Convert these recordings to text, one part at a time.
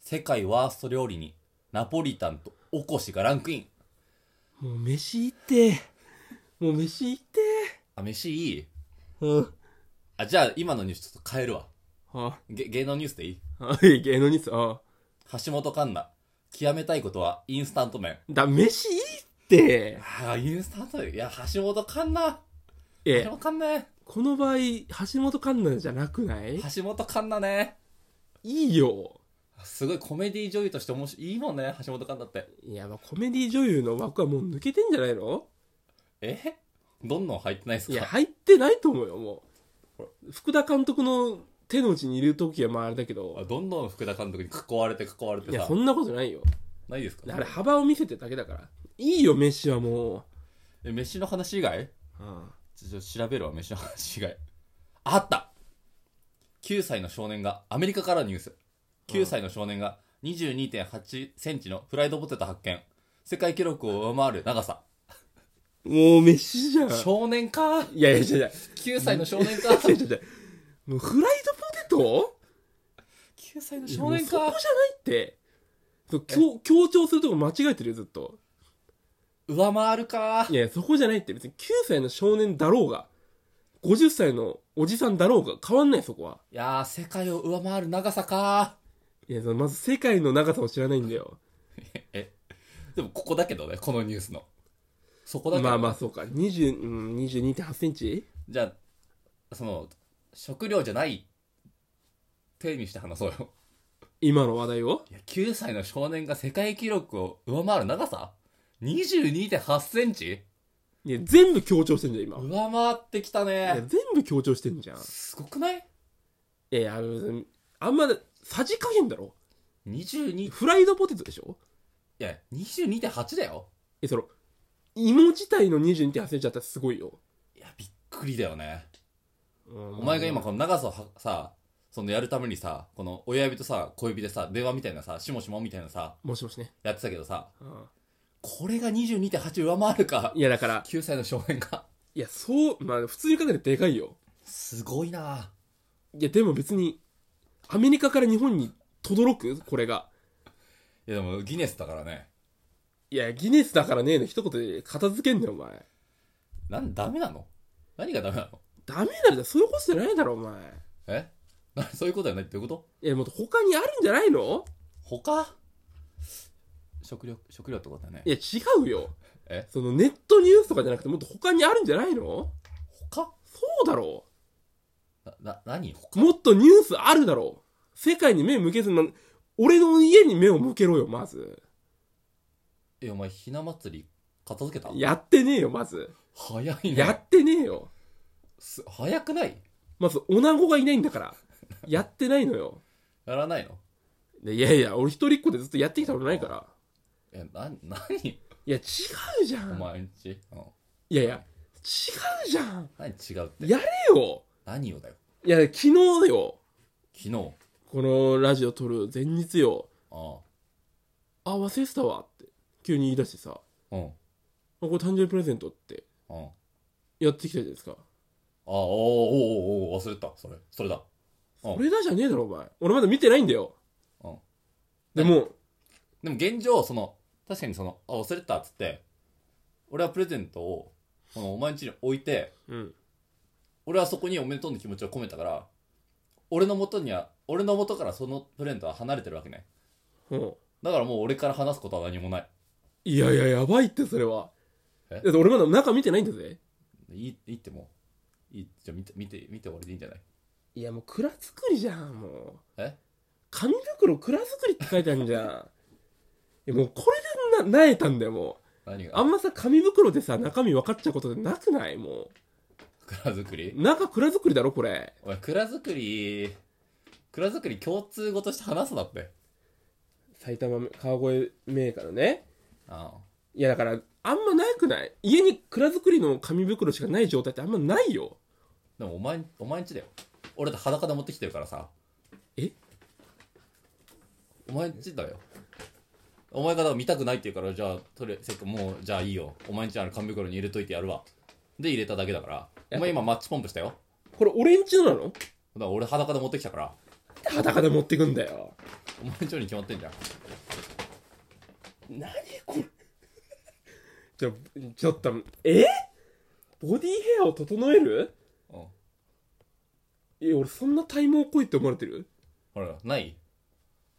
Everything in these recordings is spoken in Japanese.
世界ワースト料理にナポリタンとおこしがランクインもう飯行って。もう飯行って。あ飯いいうん。あじゃあ今のニュースちょっと変えるわあ、げ芸能ニュースでいいはい、芸能ニュース、あ。橋本環奈極めたいことはインスタント麺だ、飯いいって。ああインスタント麺いや橋本環奈え橋本環奈ねこの場合、橋本環奈じゃなくない橋本環奈ねいいよ。すごいコメディ女優として面白いいいもんね橋本環奈っていや、まあ、コメディ女優の枠はもう抜けてんじゃないのえどんどん入ってないっすいや、か入ってないと思うよ、もう。福田監督の手の内にいる時はまああれだけあど、どんどん福田監督に囲われて囲われいてや、さそんなことないよ。ないですかあれ、幅を見せてるだけだから。いいよ、飯はもえ飯の話以外う。ちょっと調べるわ、飯の話以外。あった9歳の少年が、アメリカからのニュース。9歳の少年が22.8センチのフライドポテト発見。世界記録を上回る長さ。もう飯じゃん。少年かいやいや、違う違う。 !9 歳の少年か違う違う違う。もうフライドポ !9 歳のテト少年もうそかこじゃないって。そう強強調するとこ間違えてるよ、ずっと。上回るかいやいや、そこじゃないって別に9歳の少年だろうが、50歳のおじさんだろうが変わんないそこは。いやー、世界を上回る長さかいや、そのまず世界の長さを知らないんだよ。でもここだけどね、このニュースの。そこだけど。まあまあそうか。20うん22.8センチじゃあ、その、食料じゃない、手にして話そうよ。今の話題をいや、9歳の少年が世界記録を上回る長さ ?22.8 センチいや、全部強調してんじゃん、今。い上回ってきたや、ね全。部強調してんじゃん。いすごくないやいや、あのあんま、さじ加減だろ。 ?22、いフライドポテトでしょや、22.8だよ。え、その、芋自体の22.8センチだったらすごいよ。いや、びっくりだよね。おお前が今この長さをはさ、そのやるためにさ、この親指とさ、小指でさ、電話みたいなさ、しもしもみたいなさ、もしもしね。やってたけどさ、うんこれが22.8上回るかいや、だから、 !9 歳の少年が。いや、そう、まあ、普通に考えてでかいよ。すごいないや、でも別に、アメリカから日本に轟くこれが。いや、でもギネスだからね。いや、ギネスだからねえの一言で片付けんだよ、お前。なん、ダメなの何がダメなのダメなんだよ、そういうことじゃないだろ、お前。え なそういうことじゃないってこといや、もっと他にあるんじゃないの他食料、食料ってことだねい。や、違うよ。えそのネットニュースとかじゃなくて、もっと他にあるんじゃないの他そうだろな、な、何う。他もっとニュースあるだろう。世界に目向けずに、俺の家に目を向けろよ、まず。え、お前、ひな祭り、片付けたやってねえよ、まず。早いね。やってねえよ。す早くないまず、女子がいないんだから。やってないのよ。やらないのでいやいや、俺一人っ子でずっとやってきたことないから。え、な、何いや、違うじゃおん。前んち。うん。いやいや、違うじゃん。何違うって。やれよ。何をだよ。いや、昨日よ。昨日。このラジオ撮る前日よ。ああ、忘れてたわって。急に言い出してさ。あ。あうん。これ誕生日プレゼントって。うん。あやってきたじゃないですか。あ、おーおーおーおー忘れてた。それ。それだ。うん俺らじゃねえだろ、お前。俺まだ見てないんだよ。うん。でも、でも現状、その、確かにその、あ、忘れてたっつって、俺はプレゼントを、このお前んちに置いて、うん。俺はそこにおめでとうの気持ちを込めたから俺の元には俺の元からそのプレゼントは離れてるわけねうん。だからもう俺から話すことは何もないいやいや、やばいって、それは。だえって俺まだ中見てないんだぜ。いいいいってもういいじゃあ見て見て見て終わりでいいんじゃないいや、もう蔵作りじゃん、もう。え紙袋蔵作りって書いてあるじゃん。 いや、もうこれでな、なえたんだよ、もう。何があんまさ、紙袋でさ、中身分かっちゃうことでなくないも蔵作りう。中蔵作りだろ、これ。お前蔵作り蔵作り共通語として話すなって埼玉川越メーカーのね。ああいや、だから、あんまなくない家に蔵作りの紙袋しかない状態ってあんまないよ。でもお前んお前んちだよ俺だって裸で持ってきてるからさえお前んちだよお前がだから見たくないって言うからじゃあとりあえずせっかくもうじゃあいいよお前んちあの紙袋に入れといてやるわで入れただけだからお前今マッチポンプしたよこれ、俺んちのなのだから俺裸で持ってきたから裸で持ってくんだよお前んちょに決まってんじゃん何これちょちょっとえボディヘアを整えるうんいや俺そんな体毛濃いって思われてるほらない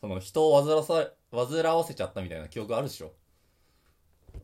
その人を煩わさ煩わせちゃったみたいな記憶あるでしょ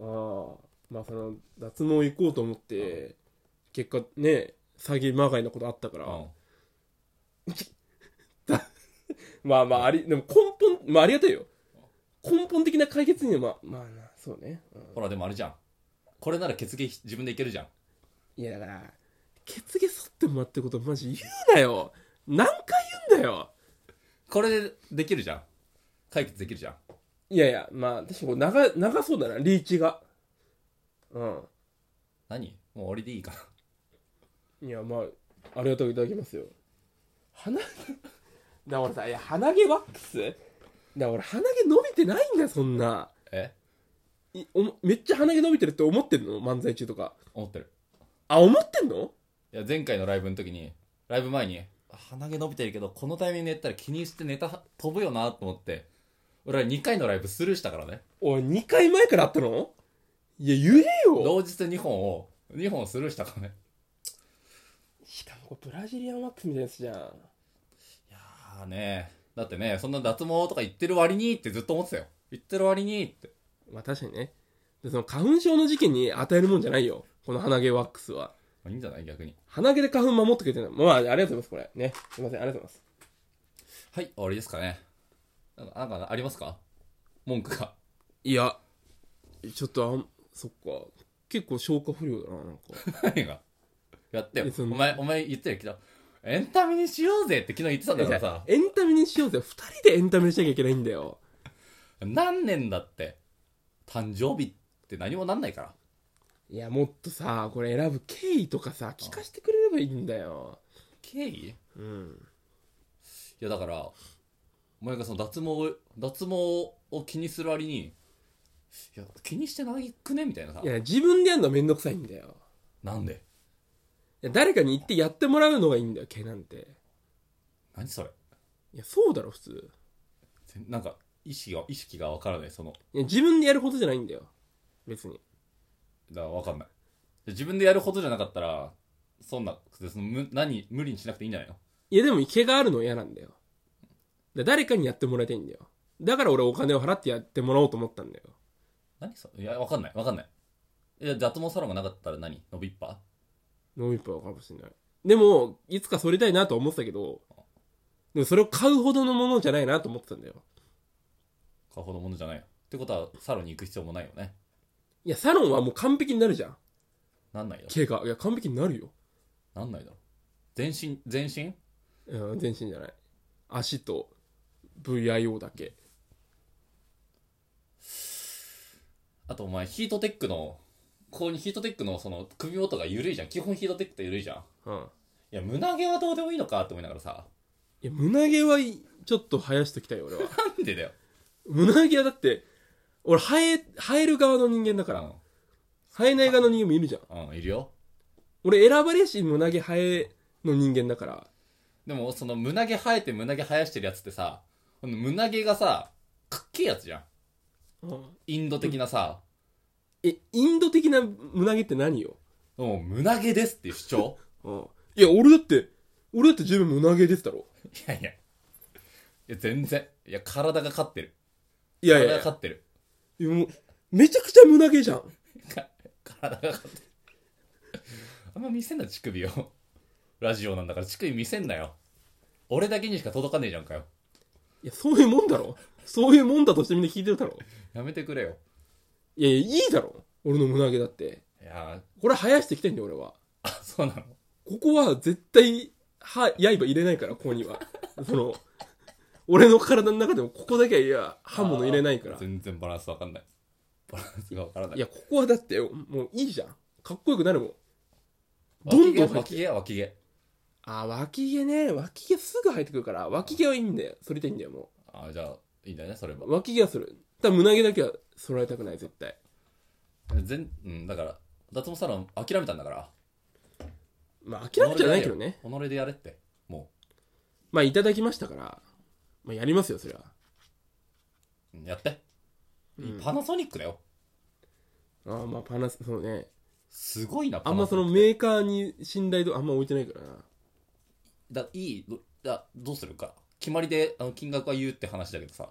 ああまあその脱毛行こうと思って、結果ね詐欺まがいなことあったから、うまあまあありでも根本まあありがたいよ根本的な解決にはまあまあなそうね、うんんほらでもあれじゃんこれなら血毛自分でいけるじゃんいやだから血毛剃ってもらってることマジ言うなよ何回言うんだよこれでできるじゃん解決できるじゃんいやいやまあ確かにこれ長長そうだなリーチがうん何もう終わりでいいかないやまあありがとういただきますよ鼻だ俺さいや鼻毛ワックスだ俺鼻毛伸びてないんだよそんなえいおもめっちゃ鼻毛伸びてるって思ってんの漫才中とか思ってるあ思ってんのいや前回のライブの時にライブ前に鼻毛伸びてるけどこのタイミングでやったら気にしてネタ飛ぶよなと思って俺は2回のライブスルーしたからねおい2回前からあったのいや言えよ同日で2本を2本スルーしたからねしかもこれブラジリアンワックスみたいなやつじゃんいやーねだってねそんな脱毛とか言ってる割にってずっと思ってたよ言ってる割にってまあ確かにねでその花粉症の時期に与えるもんじゃないよこの鼻毛ワックスはまあいいんじゃない逆に鼻毛で花粉守ってくれてるのまあありがとうございますこれねすいませんありがとうございますはい終わりですかねなんかなんかありますか文句がいやちょっとあんそっか結構消化不良だななんか何がやってよえそおの前お前言ってるけどエンタメにしようぜって昨日言ってたんだからさエンタメにしようぜ2人でエンタメにしなきゃいけないんだよ何年だって誕生日って何もなんないからいやもっとさこれ選ぶ経緯とかさ聞かせてくれればいいんだよ経緯いうんやだからお前がその脱毛を脱毛を気にする割にいや気にしてないくねみたいなさいや自分でやるのはめんどくさいんだよなんでいや誰かに言ってやってもらうのがいいんだよ毛なんて何それいやそうだろ普通ぜなんか意識が意識が分からないそのいや自分でやることじゃないんだよ別にだから分かんないで自分でやるほどじゃなかったらそんなその無何無理にしなくていいんじゃないのいやでも毛があるの嫌なんだよだ誰かにやってもらいたいんだよだから俺お金を払ってやってもらおうと思ったんだよ何それいや分かんない分かんないいや脱毛サロンがなかったら何伸びっぱ飲みっぱいかもしれないでもいつか剃りたいなとは思ってたけどでもそれを買うほどのものじゃないなと思ってたんだよ買うほどものじゃないよってことはサロンに行く必要もないよねいやサロンはもう完璧になるじゃんなんないだろ毛がいや完璧になるよ、なんないだろ全身全身うん、全身じゃない足と VIO だけあとお前ヒートテックのここにヒートテックのその首元が緩いじゃん基本ヒートテックって緩いじゃんいうんや胸毛はどうでもいいのかって思いながらさいや胸毛はいちょっと生やしときたいよ俺はなんでだよ胸毛はだって俺生え生える側の人間だから、生えない側の人間もいるじゃんうん、うん、いるよ俺選ばれし胸毛生えの人間だからでもその胸毛生えて胸毛生やしてるやつってさこの胸毛がさかっけえやつじゃんインド的なさ、えインド的な胸毛って何よもう胸毛ですっていう主張いや俺だって俺だって十分胸毛ですだろいやいやいや全然いや体が勝ってるいやい体やがいや勝ってるいやもうめちゃくちゃ胸毛じゃんか体が勝ってるあんま見せんな乳首をラジオなんだから乳首見せんなよ俺だけにしか届かねえじゃんかよいやそういうもんだろそういうもんだとしてみんな聞いてるだろやめてくれよいやいやいいだろ俺の胸毛だっていやーこれ生やしてきてんだよ俺はあそうなのここは絶対は刃入れないからここにはその俺の体の中でもここだけはいや刃物入れないからあー全然バランスわかんないバランスがわからないいやここはだってもういいじゃんかっこよくなるもんど脇ん毛どん生え脇て毛脇毛あ脇毛ね脇毛すぐ生えてくるから脇毛はいいんだよ剃りたいんだよもあーじゃあいいんだよねそれもう脇毛は剃るただ胸毛だけは剃られたくない絶対全うんだから脱毛サロン諦めたんだからまあ諦めちゃないけどね己でやれよ己でやれってもまあいただきましたからまあ、やりますよそりゃやって、うんパナソニックだよあーまあパナスそうねすごいなパあナんまそのソニックメーカーに信頼度あんま置いてないからなだいいどだどうするか決まりであの金額は言うって話だけどさ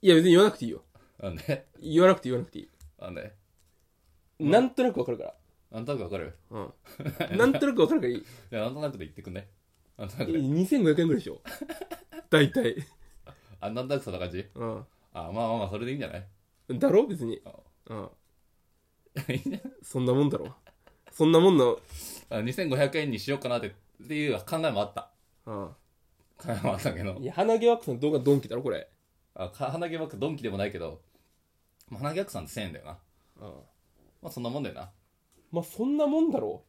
いや別に言わなくていいよあの ね言わなくて言わなくていい、あのねなんとなくわかるからなんとなくわかるうん なんとなくわかるからいいいやなんとなくで言ってくんねなんとなくで2500円ぐらいでしょ大体あなんとなくそんな感じうんあまあまあまあそれでいいんじゃないだろ別にあ うんいいんじゃないそんなもんだろそんなもんのあ2500円にしようかなってっていう考えもあったうん考えもあったけどいや鼻毛ワックスの動画ドンキだろこれあ鼻毛バッグドンキでもないけどまあ鼻毛バッグさんって1000円だよなうんまあそんなもんだよなまあそんなもんだろ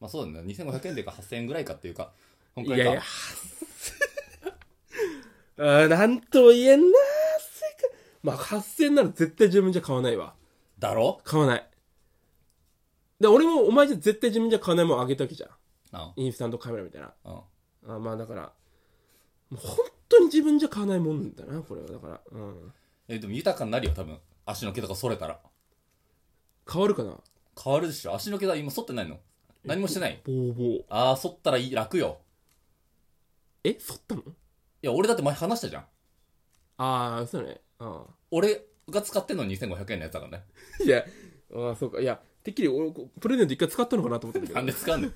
まあそうだね2500円でか8000円ぐらいかっていうか今い回やかいや あーなんとも言えんなせかまあ8000円なら絶対自分じゃ買わないわだろ買わないで俺もお前じゃ絶対自分じゃ買わないもんあげたわけじゃんあインスタントカメラみたいなあああまあだからもう本当に自分じゃ買わないもんだなこれはだからうんえでも豊かになるよ多分足の毛とか剃れたら変わるかな変わるでしょ足の毛だ今剃ってないの何もしてないボーボーああ剃ったらいい楽よえ剃ったのいや俺だって前話したじゃんああそうだねあ俺が使ってんの2500円のやつだからね あいやあーそうかいやてっきり俺こうプレゼント一回使ったのかなと思ったんだけなどんで 使うの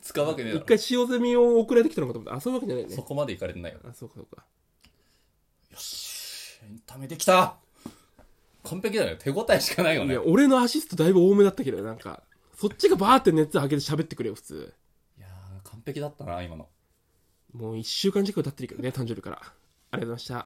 使うわけねえだ一ろ回使用済みを送られてきたのかと思ったあそういうわけじゃないそねこまでいかれてないよあそうかそうかよしエンタメできた完璧だよ手応えしかないよいねいやや俺のアシストだいぶ多めだったけどなんかそっちがバーって熱上げて喋ってくれよ普通ー完璧だったな今のもう1週間近く経ってるけどね誕生日からありがとうございました